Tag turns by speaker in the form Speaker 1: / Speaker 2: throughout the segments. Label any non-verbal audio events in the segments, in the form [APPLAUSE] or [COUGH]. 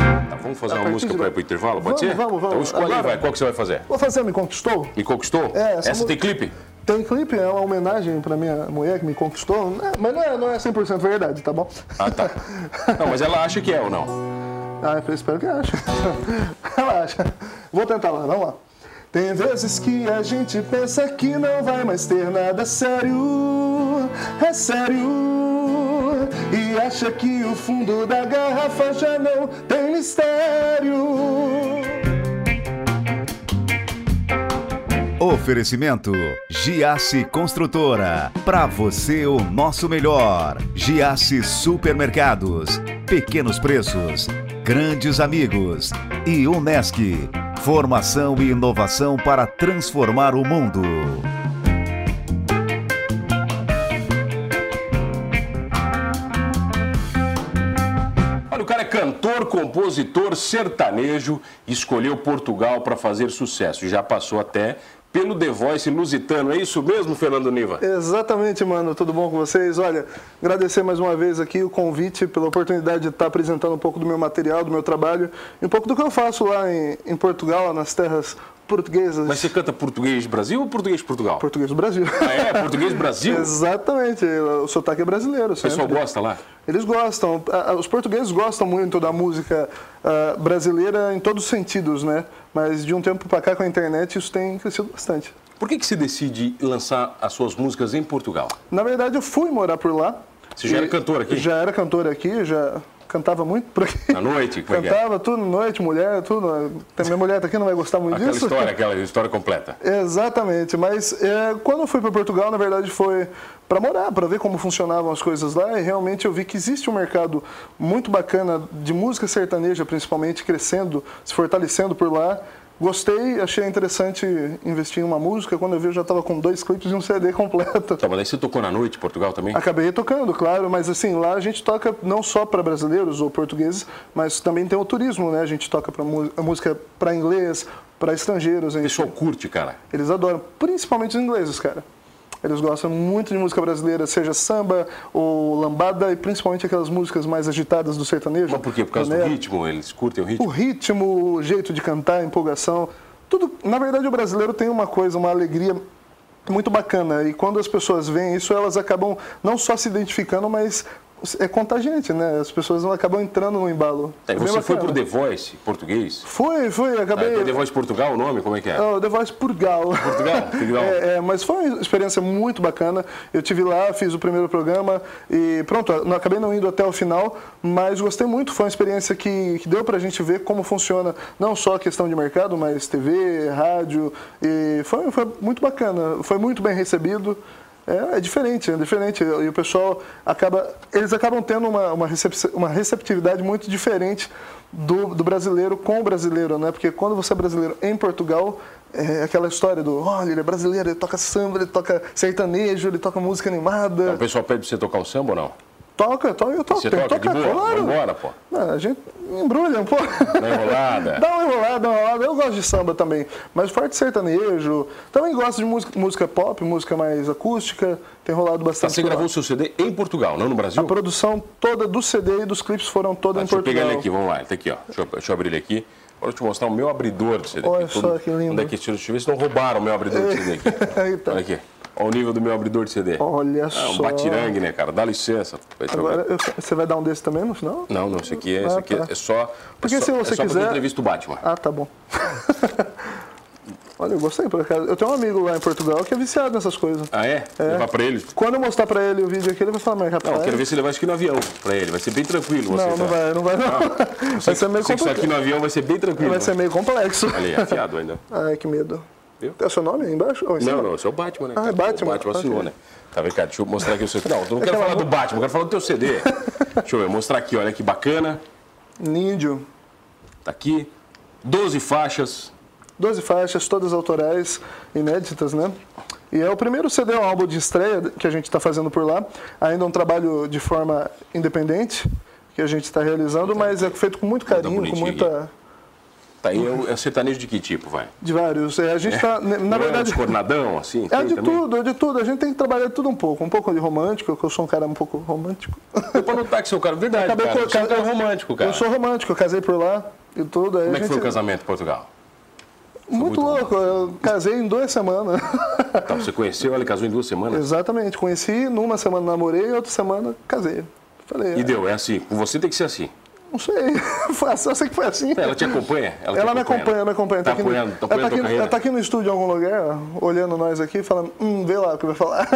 Speaker 1: Ah, vamos fazer
Speaker 2: A
Speaker 1: uma
Speaker 2: partir
Speaker 1: música
Speaker 2: de-
Speaker 1: para ir pro intervalo? Pode
Speaker 2: Ah, Vamos,
Speaker 1: ser?
Speaker 2: vamos, vamos.
Speaker 1: Então escolhe aí,
Speaker 2: Agora-
Speaker 1: vai. Qual que você vai fazer?
Speaker 2: Vou fazer Me Conquistou.
Speaker 1: Me conquistou?
Speaker 2: É,
Speaker 1: essa
Speaker 2: essa música-
Speaker 1: tem clipe?
Speaker 2: Tem clipe, é uma homenagem pra minha mulher que me conquistou, né? mas não é, não é 100% verdade, tá bom?
Speaker 1: Ah,
Speaker 2: [LAUGHS]
Speaker 1: tá. Não, mas ela acha que é ou não?
Speaker 2: Ah, eu espero que ache. [LAUGHS] Relaxa. Vou tentar lá, vamos lá. Tem vezes que a gente pensa que não vai mais ter nada sério. É sério. E acha que o fundo da garrafa já não tem mistério.
Speaker 3: Oferecimento Giasse Construtora. Para você o nosso melhor. Giasse Supermercados. Pequenos preços, grandes amigos e Unesc. Formação e inovação para transformar o mundo.
Speaker 1: Olha, o cara é cantor, compositor, sertanejo, escolheu Portugal para fazer sucesso. Já passou até pelo The Voice lusitano. É isso mesmo, Fernando Niva?
Speaker 2: Exatamente, mano. Tudo bom com vocês? Olha, agradecer mais uma vez aqui o convite pela oportunidade de estar apresentando um pouco do meu material, do meu trabalho e um pouco do que eu faço lá em, em Portugal, nas terras portuguesas.
Speaker 1: Mas você canta português Brasil ou português Portugal?
Speaker 2: Português do Brasil.
Speaker 1: Ah, é? Português
Speaker 2: [LAUGHS]
Speaker 1: Brasil? O
Speaker 2: Exatamente, o sotaque é brasileiro.
Speaker 1: pessoal
Speaker 2: sempre.
Speaker 1: gosta lá?
Speaker 2: Eles gostam, ah, ah, os portugueses gostam muito da música ah, brasileira em todos os sentidos, né? Mas de um tempo pra cá com a internet isso tem crescido bastante.
Speaker 1: Por que, que você decide lançar as suas músicas em Portugal?
Speaker 2: Na verdade, eu fui morar por lá.
Speaker 1: Você já
Speaker 2: E-
Speaker 1: era cantor aqui?
Speaker 2: Já era cantor aqui, já cantava muito por aqui.
Speaker 1: À noite, como é que é?
Speaker 2: Cantava tudo, noite, mulher, tudo. Tem- Minha mulher tá aqui, não vai gostar muito
Speaker 1: Aquela
Speaker 2: disso.
Speaker 1: história, aquela história completa.
Speaker 2: Exatamente, mas é, quando eu fui para Portugal, na verdade foi para morar, para ver como funcionavam as coisas lá e realmente eu vi que existe um mercado muito bacana de música sertaneja, principalmente crescendo, se fortalecendo por lá. Gostei, achei interessante investir em uma música. Quando eu vi, eu já estava com dois clipes e um CD completo.
Speaker 1: Tá, mas aí você tocou na noite em Portugal também?
Speaker 2: Acabei tocando, claro, mas assim, lá a gente toca não só para brasileiros ou portugueses, mas também tem o turismo, né? A gente toca pra mu- a música para inglês, para estrangeiros.
Speaker 1: O
Speaker 2: hein?
Speaker 1: pessoal curte, cara.
Speaker 2: Eles adoram, principalmente os ingleses, cara. Eles gostam muito de música brasileira, seja samba ou lambada, e principalmente aquelas músicas mais agitadas do sertanejo.
Speaker 1: Mas por quê? Por causa do
Speaker 2: Né?
Speaker 1: ritmo? Eles curtem o
Speaker 2: O
Speaker 1: ritmo?
Speaker 2: ritmo, o jeito de cantar, a empolgação. Tudo, na verdade, o brasileiro tem uma coisa, uma alegria muito bacana. E quando as pessoas veem isso, elas acabam não só se identificando, mas é contagiante, né? As pessoas acabam entrando no embalo.
Speaker 1: Tá, e
Speaker 2: É bem
Speaker 1: você foi
Speaker 2: bacana. é.
Speaker 1: pro The Voice português?
Speaker 2: Fui, fui,
Speaker 1: Ah,
Speaker 2: acabei.
Speaker 1: tem The Voice Portugal o nome? Como é que é?
Speaker 2: Não, The Voice Portugal. [LAUGHS]
Speaker 1: Portugal, Portugal.
Speaker 2: É, é, mas foi uma experiência muito bacana. Eu tive lá, fiz o primeiro programa e pronto, não, acabei não indo até o final, mas gostei muito. Foi uma experiência que, que deu pra gente ver como funciona não só a questão de mercado, mas TV, rádio. E foi, foi muito bacana, foi muito bem recebido. É, é diferente, é diferente. E o pessoal acaba. Eles acabam tendo uma, uma, recep- uma receptividade muito diferente do, do brasileiro com o brasileiro, né? Porque quando você é brasileiro em Portugal, é aquela história do olha, ele é brasileiro, ele toca samba, ele toca sertanejo, ele toca música animada.
Speaker 1: O pessoal pede pra você tocar o samba ou não?
Speaker 2: Toca, toca, eu toco.
Speaker 1: Você
Speaker 2: É. tem que
Speaker 1: toca de
Speaker 2: tocar,
Speaker 1: boa?
Speaker 2: claro.
Speaker 1: Vambora, pô. Tá,
Speaker 2: Não, a gente embrulha um pouco.
Speaker 1: Dá enrolada.
Speaker 2: [LAUGHS] Dá uma enrolada, dá uma enrolada. Eu gosto de samba também, mas forte sertanejo. Também gosto de música, música pop, música mais acústica. Tem rolado
Speaker 1: Tá,
Speaker 2: bastante.
Speaker 1: você
Speaker 2: por lá.
Speaker 1: gravou o seu CD em Portugal, não no Brasil?
Speaker 2: A produção toda do CD e dos clipes foram
Speaker 1: Ah,
Speaker 2: toda Tá, em
Speaker 1: deixa eu pegar
Speaker 2: Portugal.
Speaker 1: ele aqui, vamos lá. Ele tá aqui, ó. Deixa eu, deixa eu abrir ele aqui. Agora eu te mostrar o meu abridor de CD.
Speaker 2: Olha
Speaker 1: aqui,
Speaker 2: só que lindo.
Speaker 1: Onde é que tira- deixa eu ver se não roubaram o meu abridor de CD aqui.
Speaker 2: Aí [LAUGHS] tá.
Speaker 1: Olha aqui. Olha o nível do meu abridor de CD.
Speaker 2: Olha
Speaker 1: Ah, um
Speaker 2: só.
Speaker 1: batirangue, né, cara? Dá licença. Deixa eu ver.
Speaker 2: Agora, eu- você vai dar um desse também no final?
Speaker 1: Não, não, isso aqui é, isso
Speaker 2: Ah,
Speaker 1: aqui
Speaker 2: tá.
Speaker 1: é só.
Speaker 2: Porque
Speaker 1: é só,
Speaker 2: se você
Speaker 1: é só pra
Speaker 2: quiser-
Speaker 1: entrevista do Batman.
Speaker 2: Ah, tá bom. [LAUGHS] Olha, eu gostei por acaso. Eu tenho um amigo lá em Portugal que é viciado nessas coisas.
Speaker 1: Ah, é? Levar pra ele?
Speaker 2: Quando eu mostrar pra ele o vídeo aqui, ele vai falar, mas rapaz.
Speaker 1: Não, eu quero ver se levar isso aqui no avião pra ele. Vai ser bem tranquilo. Você tá.
Speaker 2: É. não, não vai, não vai não. vai ser meio
Speaker 1: Você que está aqui
Speaker 2: complexo.
Speaker 1: no avião vai ser bem tranquilo.
Speaker 2: Vai ser meio complexo.
Speaker 1: Olha aí, afiado ainda.
Speaker 2: [LAUGHS] Ai, que medo.
Speaker 1: Viu?
Speaker 2: É o seu nome aí embaixo? Ou em cima?
Speaker 1: Não, não, esse é o Batman, né?
Speaker 2: Ah, é
Speaker 1: cara?
Speaker 2: Batman.
Speaker 1: O Batman assinou,
Speaker 2: Ok.
Speaker 1: né? Tá vendo, cara? Deixa eu mostrar aqui o seu. Não, eu não quero
Speaker 2: Aquela
Speaker 1: falar do
Speaker 2: mão-
Speaker 1: Batman, eu quero falar do teu
Speaker 2: [LAUGHS]
Speaker 1: CD. Deixa eu ver, mostrar aqui, olha que bacana.
Speaker 2: Nindio.
Speaker 1: Tá aqui. 12 faixas.
Speaker 2: 12 faixas, todas autorais, inéditas, né? E é o primeiro CD, um álbum de estreia que a gente está fazendo por lá. Ainda é um trabalho de forma independente que a gente está realizando, mas é feito com muito carinho, com
Speaker 1: bonitinho
Speaker 2: muita.
Speaker 1: Tá aí, é o é o sertanejo de que tipo, vai?
Speaker 2: de vários. É, a gente está,
Speaker 1: Não
Speaker 2: na
Speaker 1: é
Speaker 2: verdade.
Speaker 1: uns cornadão, assim?
Speaker 2: É
Speaker 1: tem
Speaker 2: de
Speaker 1: também?
Speaker 2: tudo, é de tudo. A gente tem que trabalhar tudo um pouco. Um pouco de romântico, que eu sou um cara um pouco romântico.
Speaker 1: Deu pra notar que você é um cara verdade,
Speaker 2: Acabei
Speaker 1: cara.
Speaker 2: colocando-
Speaker 1: Você é um cara romântico, cara.
Speaker 2: Eu sou romântico, eu casei por lá. e tudo. Aí
Speaker 1: Como
Speaker 2: a
Speaker 1: é que foi o
Speaker 2: gente-
Speaker 1: casamento em Portugal? muito
Speaker 2: Muito, louco. Eu casei em duas semanas. [LAUGHS] Ah.
Speaker 1: Tá, você conheceu ela e casou em duas semanas?
Speaker 2: Exatamente. Conheci, numa semana namorei e outra semana casei. Falei,
Speaker 1: E
Speaker 2: ah,
Speaker 1: deu, é assim. Com você tem que ser assim. É,
Speaker 2: não sei. [LAUGHS] Foi assim, eu sei que foi assim.
Speaker 1: Ela te acompanha? te
Speaker 2: Ela me acompanha, me acompanha.
Speaker 1: Tá
Speaker 2: aqui no-
Speaker 1: apoiando, tá
Speaker 2: ela,
Speaker 1: apoiando a
Speaker 2: tá
Speaker 1: tua
Speaker 2: aqui, no-
Speaker 1: carreira?
Speaker 2: ela tá aqui no estúdio em algum lugar, ó, olhando nós aqui, falando, hum, vê lá o que vai falar. [LAUGHS]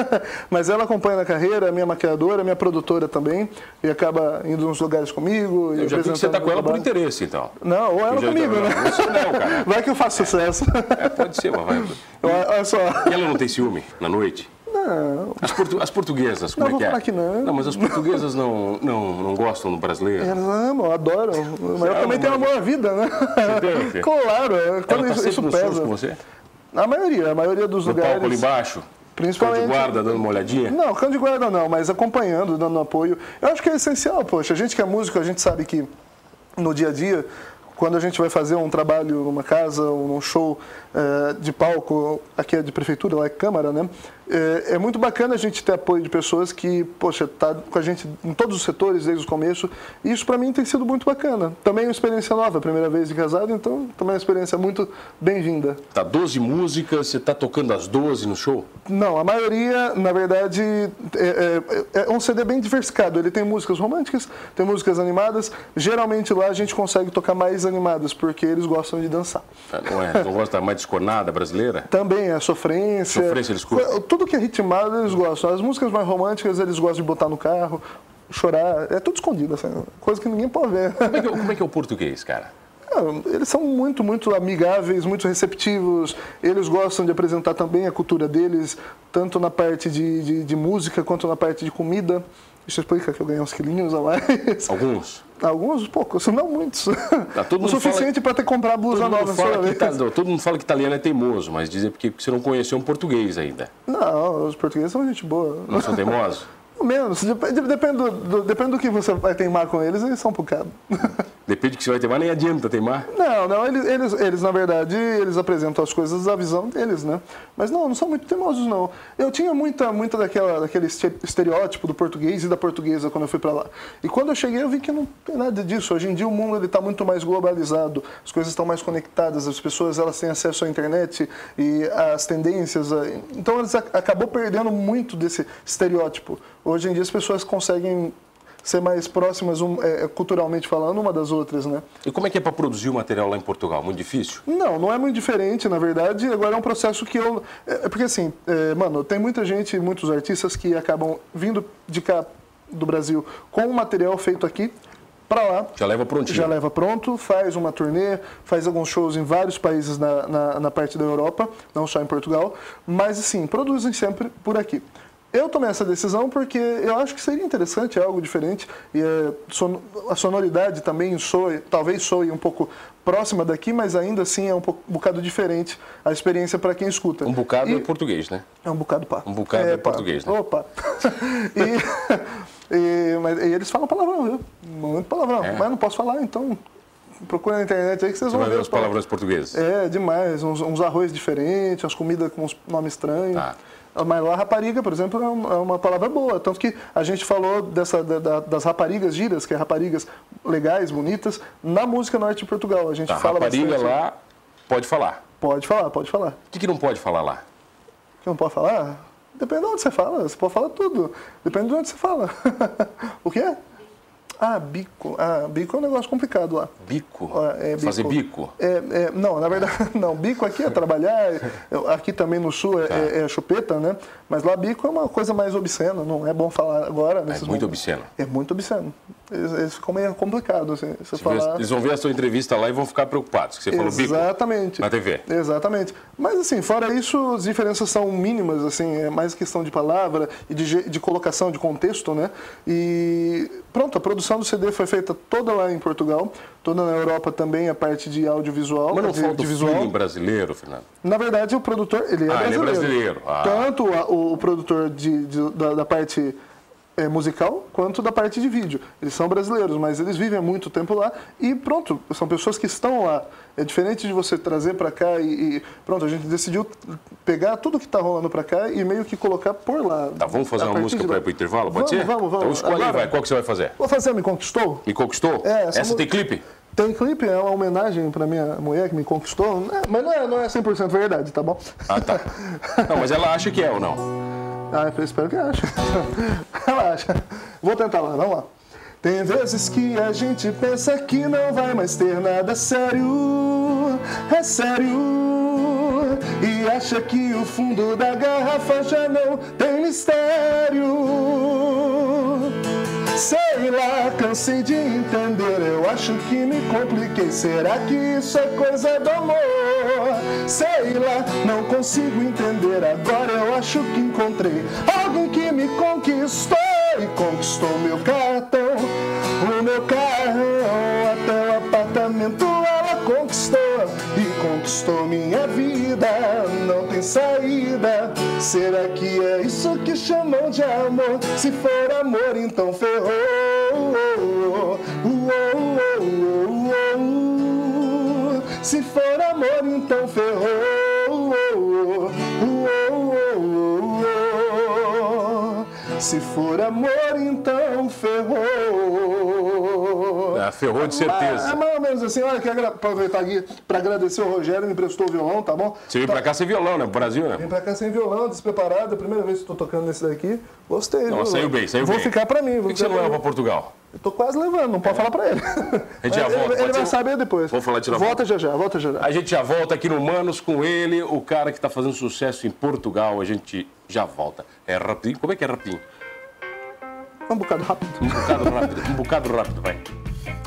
Speaker 2: Mas ela acompanha na carreira, é minha maquiadora, é minha produtora também, e acaba indo nos lugares comigo. e
Speaker 1: Eu já vi que você
Speaker 2: apresentando
Speaker 1: tá com
Speaker 2: meu
Speaker 1: ela por
Speaker 2: trabalho.
Speaker 1: interesse, então.
Speaker 2: Não, ou ela
Speaker 1: Eu já-
Speaker 2: comigo,
Speaker 1: não,
Speaker 2: né?
Speaker 1: não, você não, cara.
Speaker 2: Vai que eu faço
Speaker 1: [LAUGHS]
Speaker 2: sucesso.
Speaker 1: É, pode ser, mas vai.
Speaker 2: olha, olha só.
Speaker 1: E ela não tem ciúme na noite?
Speaker 2: Não,
Speaker 1: As, portu- as portuguesas, como
Speaker 2: Não,
Speaker 1: é que
Speaker 2: vou
Speaker 1: é?
Speaker 2: falar que não. É,
Speaker 1: mas as portuguesas não, não, não gostam do brasileiro.
Speaker 2: elas amam, adoram. Mas eu
Speaker 1: ama,
Speaker 2: também tenho uma
Speaker 1: mas-
Speaker 2: boa vida, né?
Speaker 1: tem, filho?
Speaker 2: [LAUGHS] Claro, é,
Speaker 1: Ela
Speaker 2: quando
Speaker 1: tá
Speaker 2: isso,
Speaker 1: sempre
Speaker 2: isso
Speaker 1: no SUS com
Speaker 2: pesa.
Speaker 1: você?
Speaker 2: A maioria, a maioria dos
Speaker 1: No
Speaker 2: lugares. é,
Speaker 1: palco ali embaixo?
Speaker 2: Principalmente-
Speaker 1: Cão de guarda, dando uma olhadinha?
Speaker 2: Não, cão de guarda não, mas acompanhando, dando apoio. Eu acho que é essencial, poxa. A gente que é músico, a gente sabe que no dia a dia, quando a gente vai fazer um trabalho numa casa ou num show eh, de palco, aqui é de prefeitura, lá é Câmara, né? Eh, É, muito bacana a gente ter apoio de pessoas que, poxa, tá com a gente em todos os setores desde o começo. E isso para mim tem sido muito bacana. Também é uma experiência nova, primeira vez de casado, então também é uma experiência muito bem-vinda.
Speaker 1: Tá 12 músicas, você tá tocando as 12 no show?
Speaker 2: Não, a maioria, na verdade, é, é- é um CD bem diversificado. Ele tem músicas românticas, tem músicas animadas. Geralmente lá a gente consegue tocar mais animadas, porque eles gostam de dançar.
Speaker 1: Ah, Não é? Não gosta da mais descornada brasileira?
Speaker 2: Também a sofrência.
Speaker 1: Sofrência, eles curtem.
Speaker 2: Tudo que é ritmado eles gostam. As músicas mais românticas eles gostam de botar no carro, chorar. É tudo escondido, assim, coisa que ninguém pode ver. [LAUGHS]
Speaker 1: Como é que é, como é que é o português, cara?
Speaker 2: Ah, Eles são muito, muito amigáveis, muito receptivos. Eles gostam de apresentar também a cultura deles, tanto na parte de, de, de música quanto na parte de comida. Isso explica que eu ganhei uns quilinhos
Speaker 1: [LAUGHS]
Speaker 2: a mais.
Speaker 1: Alguns?
Speaker 2: Alguns, poucos, não muitos.
Speaker 1: Tá, todo
Speaker 2: [LAUGHS] o
Speaker 1: mundo
Speaker 2: suficiente para ter que comprar blusa
Speaker 1: Todo mundo,
Speaker 2: nova só
Speaker 1: fala
Speaker 2: uma
Speaker 1: que tá
Speaker 2: vez.
Speaker 1: ita- não, todo mundo fala que italiano é teimoso, mas dizer porque, porque você não conheceu um português ainda.
Speaker 2: Não, os portugueses são gente boa.
Speaker 1: Não são teimosos?
Speaker 2: Menos, depende, depende, do, do- depende do que você vai teimar com eles, eles são um bocado.
Speaker 1: Depende do que você vai teimar, nem adianta teimar.
Speaker 2: Não, não, eles, eles, eles, na verdade, eles apresentam as coisas da visão deles, né? Mas não, não são muito teimosos, não. Eu tinha muita, muita daquela, daquele este- estereótipo do português e da portuguesa quando eu fui pra lá. E quando eu cheguei, eu vi que não tem nada disso. Hoje em dia o mundo ele tá muito mais globalizado, as coisas estão mais conectadas, as pessoas elas têm acesso à internet e às tendências. a- Então eles ac- acabou perdendo muito desse estereótipo. Hoje em dia as pessoas conseguem ser mais próximas, um- é, culturalmente falando, uma das outras, né?
Speaker 1: E como é que é para produzir o material lá em Portugal? Muito difícil?
Speaker 2: Não, não é muito diferente, na verdade. Agora é um processo que eu. É é porque assim, é, mano, tem muita gente, muitos artistas que acabam vindo de cá do Brasil com um material feito aqui pra lá.
Speaker 1: Já leva prontinho.
Speaker 2: Já leva pronto, faz uma turnê, faz alguns shows em vários países na, na, na parte da Europa, não só em Portugal, mas assim, produzem sempre por aqui. Eu tomei essa decisão porque eu acho que seria interessante, é algo diferente, e é, son- a sonoridade também soe, talvez soe um pouco próxima daqui, mas ainda assim é um, pouco, um bocado diferente a experiência para quem escuta.
Speaker 1: Um bocado
Speaker 2: E-
Speaker 1: é português, né?
Speaker 2: é um bocado pá.
Speaker 1: Um bocado é português, né? [LAUGHS]
Speaker 2: Opa! e, e- mas, e eles falam palavrão, viu? Muito palavrão.
Speaker 1: É.
Speaker 2: Mas não posso falar, então procura na internet aí que vocês
Speaker 1: Você
Speaker 2: vão
Speaker 1: vai ver
Speaker 2: ver.
Speaker 1: os palavrões portugueses.
Speaker 2: É, demais. Uns, uns arroz diferentes, umas comidas com uns nomes estranhos.
Speaker 1: Tá.
Speaker 2: Mas lá, rapariga, por exemplo, é um- é uma palavra boa. Tanto que a gente falou dessa, da- da- das raparigas giras, que é raparigas legais, bonitas, na música norte de Portugal. A gente
Speaker 1: Tá,
Speaker 2: fala
Speaker 1: rapariga
Speaker 2: bastante.
Speaker 1: lá, pode falar.
Speaker 2: Pode falar, pode falar.
Speaker 1: O que, que não pode falar lá?
Speaker 2: Que não pode falar? Depende de onde você fala. Você pode falar tudo. Depende de onde você fala. [LAUGHS] o quê? Ah, bico. Ah, bico é um negócio complicado lá.
Speaker 1: Bico?
Speaker 2: Ó, é
Speaker 1: Fazer bico?
Speaker 2: É, é, não, na verdade, [LAUGHS] não. Bico aqui é trabalhar. é- é- aqui também no sul
Speaker 1: Tá.
Speaker 2: é, é- é chupeta, né? Mas lá bico é uma coisa mais obscena. Não é bom falar agora.
Speaker 1: É
Speaker 2: nesses
Speaker 1: muito
Speaker 2: momentos.
Speaker 1: obsceno.
Speaker 2: É muito obsceno. Eles, eles ficam meio complicado, assim. Você
Speaker 1: Vê-
Speaker 2: falar...
Speaker 1: Eles vão ver a sua entrevista lá e vão ficar preocupados, que você falou bico.
Speaker 2: Exatamente.
Speaker 1: Na TV.
Speaker 2: Exatamente. Mas assim, fora isso, as diferenças são mínimas, assim, é mais questão de palavra e de, je- de colocação, de contexto, né? E pronto, a produção do CD foi feita toda lá em Portugal, toda na Europa também, a parte de audiovisual,
Speaker 1: Mas não
Speaker 2: de,
Speaker 1: falta
Speaker 2: de
Speaker 1: o
Speaker 2: visual.
Speaker 1: feeling brasileiro, Fernando.
Speaker 2: Na verdade, o produtor, ele é
Speaker 1: Ah, ele é
Speaker 2: brasileiro.
Speaker 1: brasileiro. Ah.
Speaker 2: Tanto a- o, o produtor de- de- da, da parte eh, musical, quanto da parte de vídeo. Eles são brasileiros, mas eles vivem há muito tempo lá e pronto, são pessoas que estão lá. É diferente de você trazer pra cá e, e pronto, a gente decidiu pegar tudo que tá rolando pra cá e meio que colocar por lá.
Speaker 1: Tá, vamos fazer
Speaker 2: A
Speaker 1: uma
Speaker 2: partir
Speaker 1: música
Speaker 2: de
Speaker 1: para
Speaker 2: lá.
Speaker 1: ir pro intervalo,
Speaker 2: vamos,
Speaker 1: pode ser?
Speaker 2: Vamos, vamos,
Speaker 1: Então escolhe aí,
Speaker 2: Agora,
Speaker 1: vai, qual que você vai fazer?
Speaker 2: Vou fazer Me Conquistou?
Speaker 1: Me conquistou?
Speaker 2: É,
Speaker 1: essa
Speaker 2: essa mu-
Speaker 1: tem clipe?
Speaker 2: Tem clipe, é uma homenagem pra minha mulher que me conquistou, né? mas não é, não é 100% verdade, tá bom?
Speaker 1: Ah, tá.
Speaker 2: [LAUGHS]
Speaker 1: Não, mas ela acha que é ou não?
Speaker 2: Ah, eu espero que ache. [LAUGHS] Relaxa. Vou tentar lá, vamos lá. Tem vezes que a gente pensa que não vai mais ter nada sério. É sério. E acha que o fundo da garrafa já não tem mistério. Sei lá, cansei de entender, eu acho que me compliquei. Será que isso é coisa do amor? Sei lá, não consigo entender. Agora eu acho que encontrei alguém que me conquistou e conquistou meu cartão. O meu carro até o apartamento ela conquistou e conquistou minha vida. Não tem saída. Será que é isso que chamam de amor? Se for amor, então ferrou. Uou, uou, uou, uou. Se for amor, então ferrou. Uou, uou, uou, uou. Se for amor, então ferrou.
Speaker 1: Ah, ferrou de
Speaker 2: É
Speaker 1: certeza.
Speaker 2: mais ou menos assim, olha, quero agra- aproveitar aqui para agradecer o Rogério, me emprestou o violão, tá bom?
Speaker 1: Você veio pra cá sem violão, né? Pro Brasil,
Speaker 2: Vim
Speaker 1: né?
Speaker 2: pra cá sem violão, despreparado, é a primeira vez que tô tocando nesse daqui. Gostei,
Speaker 1: Não,
Speaker 2: viu?
Speaker 1: saiu bem, saiu
Speaker 2: vou
Speaker 1: bem.
Speaker 2: Vou ficar pra mim.
Speaker 1: Por
Speaker 2: Vou
Speaker 1: que que você
Speaker 2: ficar
Speaker 1: não leva
Speaker 2: pra
Speaker 1: pra
Speaker 2: mim.
Speaker 1: Portugal?
Speaker 2: Eu Tô quase levando, não pode falar pra ele. A
Speaker 1: gente já volta,
Speaker 2: [LAUGHS] Ele,
Speaker 1: pode
Speaker 2: vai
Speaker 1: ser? um-
Speaker 2: saber depois.
Speaker 1: Vamos falar de novo.
Speaker 2: Volta já já, volta já já.
Speaker 1: A gente já volta aqui no Manos com ele, o cara que está fazendo sucesso em Portugal. A gente já volta. É rapidinho? Como é que é rapidinho?
Speaker 2: Um bocado rápido.
Speaker 1: Um bocado rápido, um bocado rápido, vai.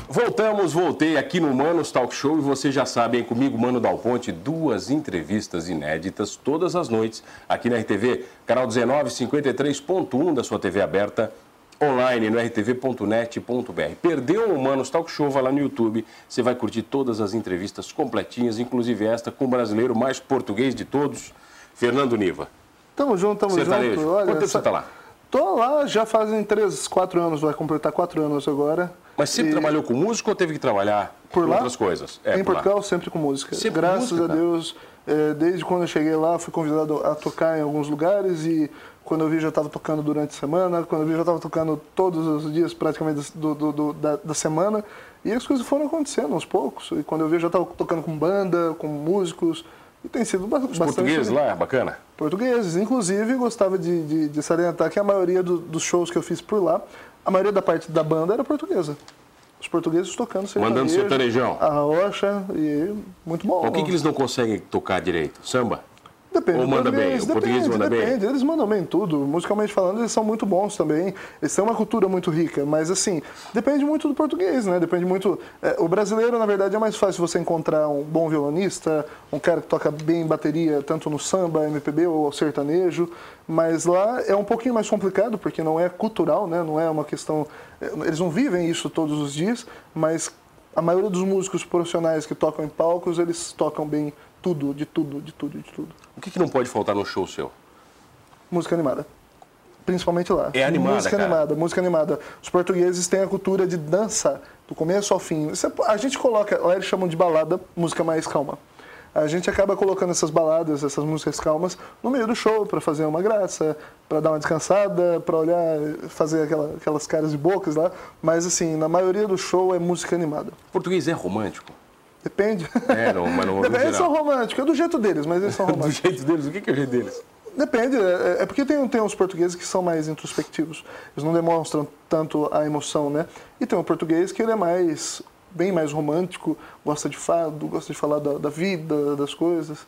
Speaker 1: Voltamos, voltei aqui no Manos Talk Show e vocês já sabem, comigo, Mano Dal Ponte, duas entrevistas inéditas todas as noites aqui na RTV, canal 1953.1 da sua TV aberta, online no rtv.net.br. Perdeu o Manos Talk Show, vai lá no YouTube, você vai curtir todas as entrevistas completinhas, inclusive esta com o brasileiro mais português de todos, Fernando Niva.
Speaker 2: Tamo junto, tamo
Speaker 1: Sertanejo.
Speaker 2: junto. é, Olha,
Speaker 1: Quanto tempo
Speaker 2: essa-
Speaker 1: você tá lá?
Speaker 2: Tô lá já fazem 3, 4 anos, vai completar 4 anos agora.
Speaker 1: Mas sempre
Speaker 2: E
Speaker 1: trabalhou com música ou teve que trabalhar
Speaker 2: por
Speaker 1: com
Speaker 2: lá?
Speaker 1: outras coisas? É,
Speaker 2: em
Speaker 1: por lá.
Speaker 2: Portugal, sempre com música.
Speaker 1: Sempre com
Speaker 2: Graças
Speaker 1: música,
Speaker 2: a
Speaker 1: cara.
Speaker 2: Deus, eh, desde quando eu cheguei lá, fui convidado a tocar em alguns lugares e quando eu vi já estava tocando durante a semana, quando eu vi já estava tocando todos os dias praticamente do, do- do- da, da semana. E as coisas foram acontecendo aos poucos. E quando eu vi já estava tocando com banda, com músicos. E tem sido ba- bastante.
Speaker 1: Português lá, é bacana.
Speaker 2: portugueses. Inclusive, gostava de, de- de salientar que a maioria do- dos shows que eu fiz por lá, a maioria da parte da banda era portuguesa. Os portugueses tocando sertanejo.
Speaker 1: Mandando sertanejão.
Speaker 2: A rocha, e muito bom.
Speaker 1: O que, que eles não conseguem tocar direito? Samba?
Speaker 2: Depende.
Speaker 1: ou
Speaker 2: do
Speaker 1: manda bem?
Speaker 2: português,
Speaker 1: O português
Speaker 2: depende,
Speaker 1: manda bem?
Speaker 2: depende. Eles mandam bem em tudo. Musicalmente falando, eles são muito bons também. Eles têm uma cultura muito rica, mas assim, depende muito do português, né? Depende muito. é, o brasileiro, na verdade, é mais fácil você encontrar um bom violonista, um cara que toca bem bateria, tanto no samba, MPB ou sertanejo. Mas lá é um pouquinho mais complicado, porque não é cultural, né? Não é uma questão. é, Eles não vivem isso todos os dias, mas a maioria dos músicos profissionais que tocam em palcos, eles tocam bem tudo, de tudo, de tudo, de tudo.
Speaker 1: O que, que não pode faltar no show seu?
Speaker 2: Música animada. Principalmente lá.
Speaker 1: É animada,
Speaker 2: Música
Speaker 1: cara.
Speaker 2: animada, música animada. Os portugueses têm a cultura de dança do começo ao fim. Isso é- A gente coloca, lá eles chamam de balada, música mais calma. A gente acaba colocando essas baladas, essas músicas calmas, no meio do show, pra fazer uma graça, pra dar uma descansada, pra olhar, fazer aquela- aquelas caras e bocas lá. Mas, assim, na maioria do show é música animada.
Speaker 1: Português é romântico?
Speaker 2: Depende.
Speaker 1: É, não, mas não- no
Speaker 2: [LAUGHS] Depende, eles são
Speaker 1: geral.
Speaker 2: românticos, é do jeito deles, mas
Speaker 1: [LAUGHS]
Speaker 2: eles são
Speaker 1: Do
Speaker 2: românticos.
Speaker 1: jeito deles, o que, que é o jeito deles?
Speaker 2: Depende, é, é porque tem, tem os portugueses que são mais introspectivos, eles não demonstram tanto a emoção, né? E tem o português que ele é mais, bem mais romântico, gosta de fado, gosta de falar da, da vida, das coisas.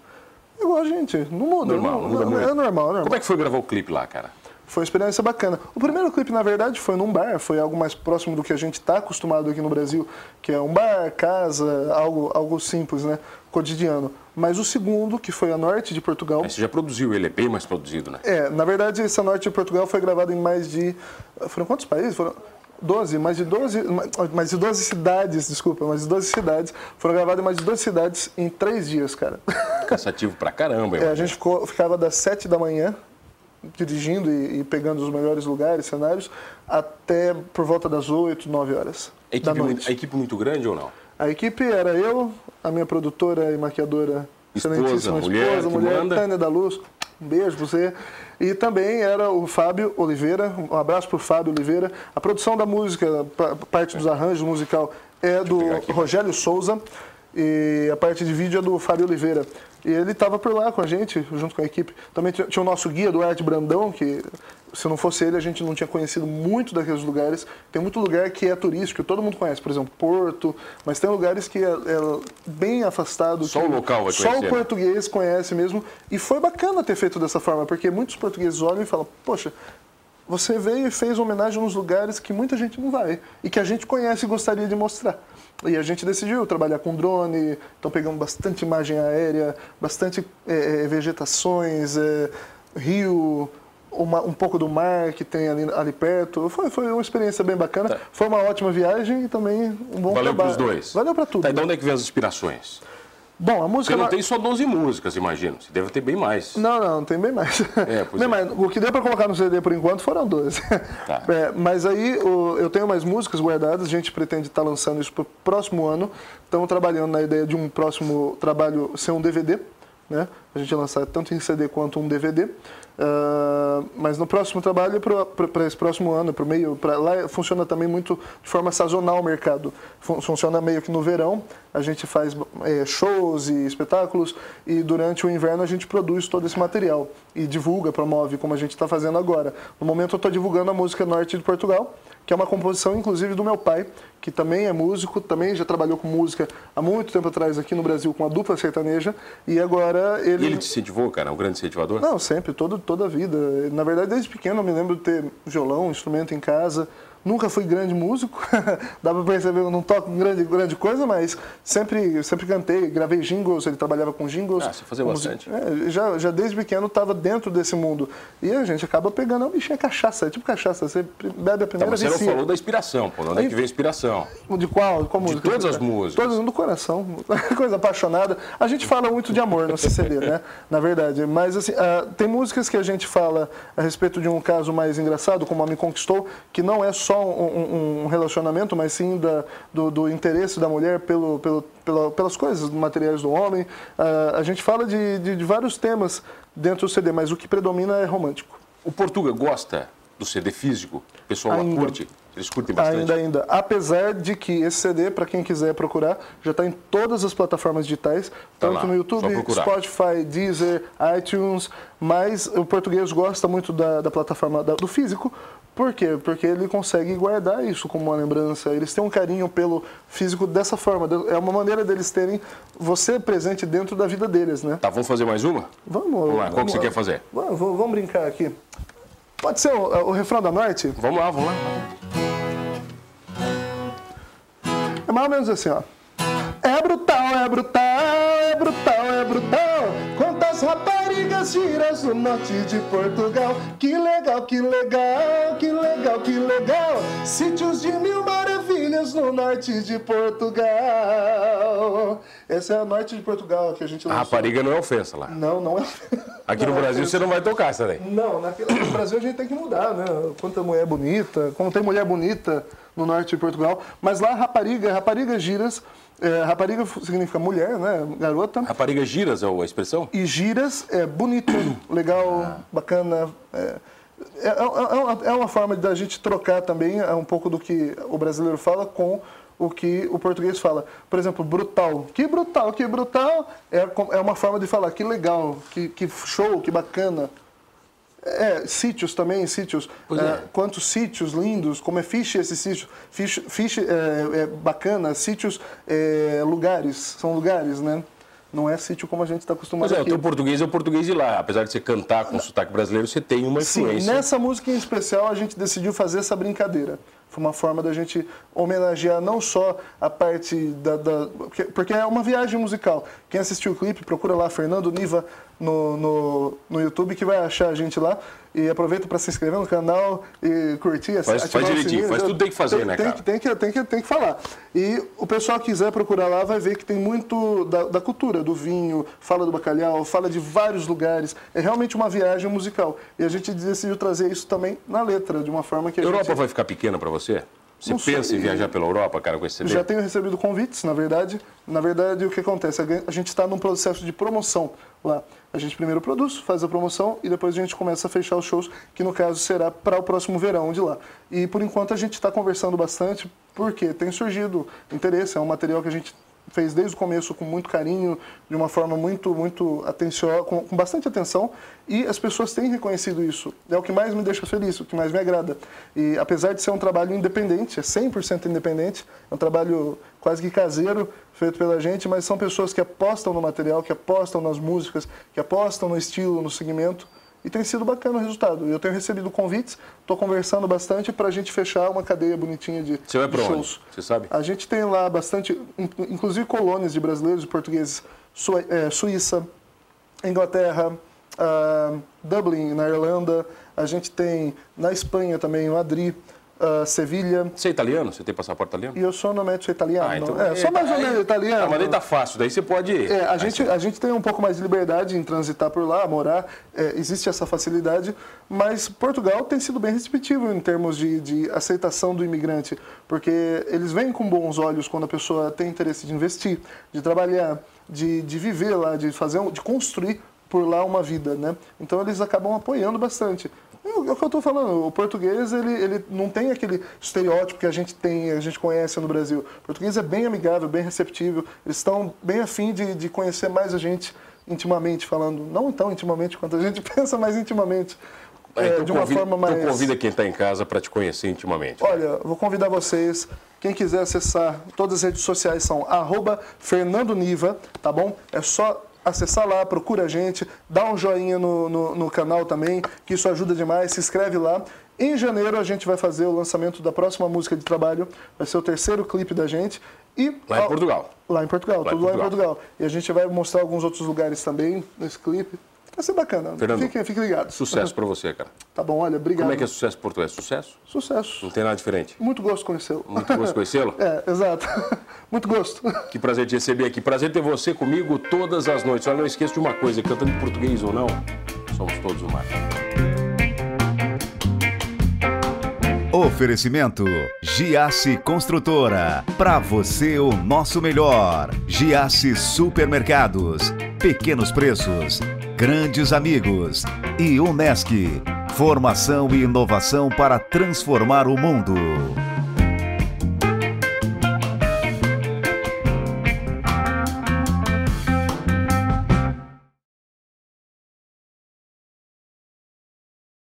Speaker 2: É Igual a gente, não muda.
Speaker 1: Normal,
Speaker 2: não,
Speaker 1: muda
Speaker 2: não-
Speaker 1: muito.
Speaker 2: É normal, é normal.
Speaker 1: Como é que foi gravar o clipe lá, cara?
Speaker 2: Foi uma experiência bacana. O primeiro clipe, na verdade, foi num bar, foi algo mais próximo do que a gente está acostumado aqui no Brasil, que é um bar, casa, algo, algo simples, né? Cotidiano. Mas o segundo, que foi a norte de Portugal,
Speaker 1: Aí você já produziu, ele é bem mais produzido, né?
Speaker 2: é, na verdade, essa norte de Portugal foi gravada em mais de. Foram quantos países? Foram 12, mais de 12. ma- Mais de 12 cidades, desculpa, mais de 12 cidades. Foram gravadas em mais de 12 cidades em três dias,
Speaker 1: [LAUGHS]
Speaker 2: cara.
Speaker 1: Cansativo pra caramba,
Speaker 2: É, a
Speaker 1: eu
Speaker 2: gente ficou, ficava das 7 da manhã dirigindo e, e pegando os melhores lugares, cenários, até por volta das 8, 9 horas
Speaker 1: a
Speaker 2: da
Speaker 1: equipe, muito,
Speaker 2: noite.
Speaker 1: a equipe muito grande ou não?
Speaker 2: A equipe era eu, a minha produtora e maquiadora,
Speaker 1: Esposa,
Speaker 2: excelentíssima
Speaker 1: mulher
Speaker 2: esposa,
Speaker 1: que
Speaker 2: mulher,
Speaker 1: manda.
Speaker 2: Tânia da Luz. Um beijo pra você. E também era o Fábio Oliveira, um abraço pro Fábio Oliveira. A produção da música, pa- parte dos arranjos musical é do Rogério Souza e a parte de vídeo é do Fábio Oliveira. E ele estava por lá com a gente, junto com a equipe. Também t- tinha o nosso guia, Duarte Brandão, que se não fosse ele, a gente não tinha conhecido muito daqueles lugares. Tem muito lugar que é turístico, todo mundo conhece, por exemplo, Porto, mas tem lugares que é, é bem afastado.
Speaker 1: Só
Speaker 2: que
Speaker 1: o local vai
Speaker 2: Só
Speaker 1: conhecer,
Speaker 2: o
Speaker 1: né?
Speaker 2: português conhece mesmo. E foi bacana ter feito dessa forma, porque muitos portugueses olham e falam, poxa, você veio e fez homenagem nos lugares que muita gente não vai e que a gente conhece e gostaria de mostrar. E a gente decidiu trabalhar com drone, então pegamos bastante imagem aérea, bastante eh, eh, vegetações, eh, rio, uma- um pouco do mar que tem ali, ali perto. Foi, foi uma experiência bem bacana. Foi uma ótima viagem e também um bom
Speaker 1: Tá. Valeu para
Speaker 2: trabalho.
Speaker 1: os dois.
Speaker 2: Valeu para tudo.
Speaker 1: Tá, e de onde é que vem as inspirações?
Speaker 2: Bom, a música...
Speaker 1: Você não
Speaker 2: ela-
Speaker 1: tem só 12 músicas, imagino. Você deve ter bem mais.
Speaker 2: Não, não, tem bem mais.
Speaker 1: É, pois
Speaker 2: [LAUGHS] bem
Speaker 1: é.
Speaker 2: mais. O que deu para colocar no CD por enquanto foram dois.
Speaker 1: Tá.
Speaker 2: [LAUGHS] É, mas aí o- eu tenho mais músicas guardadas, a gente pretende estar lançando isso pro próximo ano. Estamos trabalhando na ideia de um próximo trabalho ser um DVD, né? A gente lançar tanto em CD quanto um DVD. Ah, mas no próximo trabalho, para esse próximo ano, para meio, pra, lá funciona também muito de forma sazonal o mercado. Fun- Funciona meio que no verão, a gente faz eh, shows e espetáculos, e durante o inverno a gente produz todo esse material e divulga, promove, como a gente está fazendo agora. No momento eu estou divulgando a música Norte de Portugal, que é uma composição inclusive do meu pai, que também é músico, também já trabalhou com música há muito tempo atrás aqui no Brasil com a dupla sertaneja, e agora
Speaker 1: E ele te incentivou, cara? É um grande incentivador?
Speaker 2: não, sempre, todo, toda a vida. Na verdade, desde pequeno eu me lembro de ter violão, instrumento em casa. Nunca fui grande músico, [LAUGHS] dá pra perceber, eu não toco grande, grande coisa, mas sempre, sempre cantei, gravei jingles, ele trabalhava com jingles.
Speaker 1: Ah, você fazia
Speaker 2: Com
Speaker 1: bastante.
Speaker 2: é, já, já desde pequeno estava dentro desse mundo. E a gente acaba pegando, é um bichinho, é cachaça, é tipo cachaça, você bebe
Speaker 1: Tá,
Speaker 2: a primeira
Speaker 1: mas você
Speaker 2: vez.
Speaker 1: não falou da inspiração, pô. De onde é que vem a inspiração?
Speaker 2: De qual? Qual música?
Speaker 1: todas as músicas.
Speaker 2: Todas do coração. [LAUGHS] Coisa apaixonada. A gente fala muito de amor no CCD, né? [LAUGHS] Na verdade. Mas, assim, ah, tem músicas que a gente fala a respeito de um caso mais engraçado, como a Me Conquistou, que não é só um, um- um relacionamento, mas sim da- do, do interesse da mulher pelo, pelo, pela- pelas coisas materiais do homem. Ah, a gente fala de, de- de vários temas dentro do CD, mas o que predomina é romântico.
Speaker 1: O Portuga gosta do CD físico? O pessoal lá
Speaker 2: Ainda.
Speaker 1: curte? Eles curtem bastante?
Speaker 2: Ainda, ainda. Apesar de que esse CD, para quem quiser procurar, já está em todas as plataformas digitais, tanto
Speaker 1: Tá lá,
Speaker 2: no
Speaker 1: só
Speaker 2: YouTube,
Speaker 1: procurar.
Speaker 2: Spotify, Deezer, iTunes, mas o português gosta muito da, da plataforma da- do físico. Por quê? Porque ele consegue guardar isso como uma lembrança. Eles têm um carinho pelo físico dessa forma. É uma maneira deles terem você presente dentro da vida deles, né?
Speaker 1: Tá, vamos fazer mais uma?
Speaker 2: Vamos,
Speaker 1: Vamos lá, qual que você quer fazer?
Speaker 2: Vamos, vamos- vamos brincar aqui. Pode ser o, o refrão da Norte?
Speaker 1: Vamos lá, vamos lá.
Speaker 2: É mais ou menos assim, ó. É brutal, é brutal, é brutal, é brutal. Quantas raparigas giras no norte de Portugal. Que legal, que legal, que legal, que legal. Sítios de mil maravilhas no norte de Portugal. Essa é a norte de Portugal que a gente
Speaker 1: A
Speaker 2: lançou.
Speaker 1: rapariga não é ofensa lá.
Speaker 2: Não, não é.
Speaker 1: Aqui no
Speaker 2: Não é
Speaker 1: Brasil você
Speaker 2: ofensa.
Speaker 1: não vai tocar essa daí.
Speaker 2: Não, naquele, no Brasil a gente tem que mudar, né? Quanta mulher bonita, como tem mulher bonita no norte de Portugal. Mas lá, rapariga, rapariga giras, é, rapariga fu- significa mulher, né? Garota.
Speaker 1: Rapariga giras é a expressão?
Speaker 2: E giras é bonito, legal, bacana. É, é, é- é uma, é uma forma da gente trocar também é um pouco do que o brasileiro fala com o que o português fala. Por exemplo, brutal. Que brutal, que brutal. É, com- é uma forma de falar que legal, que, que show, que bacana. É, sítios também, sítios.
Speaker 1: Pois é.
Speaker 2: É, Quantos sítios lindos, como é fiche esse sítio. Fiche, fiche é, é bacana, sítios, é, lugares, são lugares, né? Não é sítio como a gente está acostumado
Speaker 1: Mas é, o
Speaker 2: aqui.
Speaker 1: teu português é o português de lá. Apesar de você cantar com sotaque brasileiro, você tem uma
Speaker 2: Sim, né?
Speaker 1: influência.
Speaker 2: assim, nessa música em especial a gente decidiu fazer essa brincadeira. Foi uma forma da gente homenagear não só a parte da. da- porque, porque é uma viagem musical. Quem assistiu o clipe, procura lá Fernando Niva no, no, no YouTube que vai achar a gente lá. E aproveita para se inscrever no canal e curtir,
Speaker 1: Faz-
Speaker 2: ativar
Speaker 1: faz
Speaker 2: o
Speaker 1: direitinho,
Speaker 2: sininho.
Speaker 1: faz tudo tem que fazer, né,
Speaker 2: tem,
Speaker 1: cara?
Speaker 2: que- tem que, tem, que, tem que falar. E o pessoal que quiser procurar lá vai ver que tem muito da, da cultura, do vinho, fala do bacalhau, fala de vários lugares. É realmente uma viagem musical. E a gente decidiu trazer isso também na letra, de uma forma que a
Speaker 1: Europa
Speaker 2: gente...
Speaker 1: vai ficar pequena pra você? Você pensa em viajar pela Europa, cara, com esse CD?
Speaker 2: Já tenho recebido convites, na verdade. Na verdade, o que acontece? A gente está num processo de promoção lá. A gente primeiro produz, faz a promoção e depois a gente começa a fechar os shows, que no caso será para o próximo verão de lá. E por enquanto a gente está conversando bastante, porque tem surgido interesse, é um material que a gente fez desde o começo com muito carinho, de uma forma muito, muito atenciosa, com, com bastante atenção, e as pessoas têm reconhecido isso. É o que mais me deixa feliz, o que mais me agrada. E apesar de ser um trabalho independente, é 100% independente, é um trabalho quase que caseiro, feito pela gente, mas são pessoas que apostam no material, que apostam nas músicas, que apostam no estilo, no segmento, e tem sido bacana o resultado. Eu tenho recebido convites, estou conversando bastante para a gente fechar uma cadeia bonitinha de,
Speaker 1: Você vai
Speaker 2: de
Speaker 1: pra onde?
Speaker 2: shows.
Speaker 1: Você sabe?
Speaker 2: A gente tem lá bastante, in- inclusive colônias de brasileiros e portugueses, Sua- eh, Suíça, Inglaterra, ah, Dublin, na Irlanda. A gente tem na Espanha também, Madrid, ah, Sevilha.
Speaker 1: Você é italiano? Você tem passaporte italiano?
Speaker 2: E eu sou no método italiano. é,
Speaker 1: aí
Speaker 2: só mais ou
Speaker 1: tá-
Speaker 2: menos
Speaker 1: aí-
Speaker 2: italiano.
Speaker 1: Ah, mas daí tá fácil, daí você pode ir.
Speaker 2: É, a,
Speaker 1: Aí
Speaker 2: gente,
Speaker 1: você-
Speaker 2: a gente tem um pouco mais de liberdade em transitar por lá, morar, é, existe essa facilidade, mas Portugal tem sido bem receptivo em termos de, de aceitação do imigrante, porque eles vêm com bons olhos quando a pessoa tem interesse de investir, de trabalhar, de, de viver lá, de fazer, um- de construir por lá uma vida, né? Então eles acabam apoiando bastante. É o é o que eu estou falando, o português ele, ele não tem aquele estereótipo que a gente tem, a gente conhece no Brasil. O português é bem amigável, bem receptível, eles estão bem afim de, de conhecer mais a gente intimamente falando. Não tão intimamente quanto a gente [LAUGHS] pensa, mas intimamente.
Speaker 1: Ah,
Speaker 2: é,
Speaker 1: então
Speaker 2: de uma
Speaker 1: convida-
Speaker 2: forma mais.
Speaker 1: Então convida quem está em casa para te conhecer intimamente.
Speaker 2: Olha, vou convidar vocês. Quem quiser acessar, todas as redes sociais são arroba Fernando Niva, tá bom? É só acessar lá, procura a gente, dá um joinha no, no, no canal também, que isso ajuda demais, se inscreve lá. Em janeiro a gente vai fazer o lançamento da próxima música de trabalho, vai ser o terceiro clipe da gente. E,
Speaker 1: Lá em
Speaker 2: ó,
Speaker 1: Portugal.
Speaker 2: Lá em Portugal,
Speaker 1: Lá em
Speaker 2: tudo lá em
Speaker 1: Portugal.
Speaker 2: Portugal. E a gente vai mostrar alguns outros lugares também nesse clipe. Vai ser bacana.
Speaker 1: Fernando,
Speaker 2: Fiquem, fiquem ligados.
Speaker 1: Sucesso para você, cara.
Speaker 2: Tá bom, olha, obrigado.
Speaker 1: Como é que é sucesso em português? Sucesso?
Speaker 2: Sucesso.
Speaker 1: Não tem nada diferente.
Speaker 2: Muito gosto de conhecê-lo.
Speaker 1: Muito gosto de
Speaker 2: [LAUGHS]
Speaker 1: conhecê-lo.
Speaker 2: É, exato. [LAUGHS] Muito gosto.
Speaker 1: Que prazer te receber aqui. Prazer ter você comigo todas as noites. Olha, não esqueça de uma coisa, cantando em português ou não, somos todos o mar.
Speaker 3: Oferecimento Giasse Construtora. Para você o nosso melhor. Giasse Supermercados. Pequenos preços, grandes amigos. E Unesc. Formação e inovação para transformar o mundo.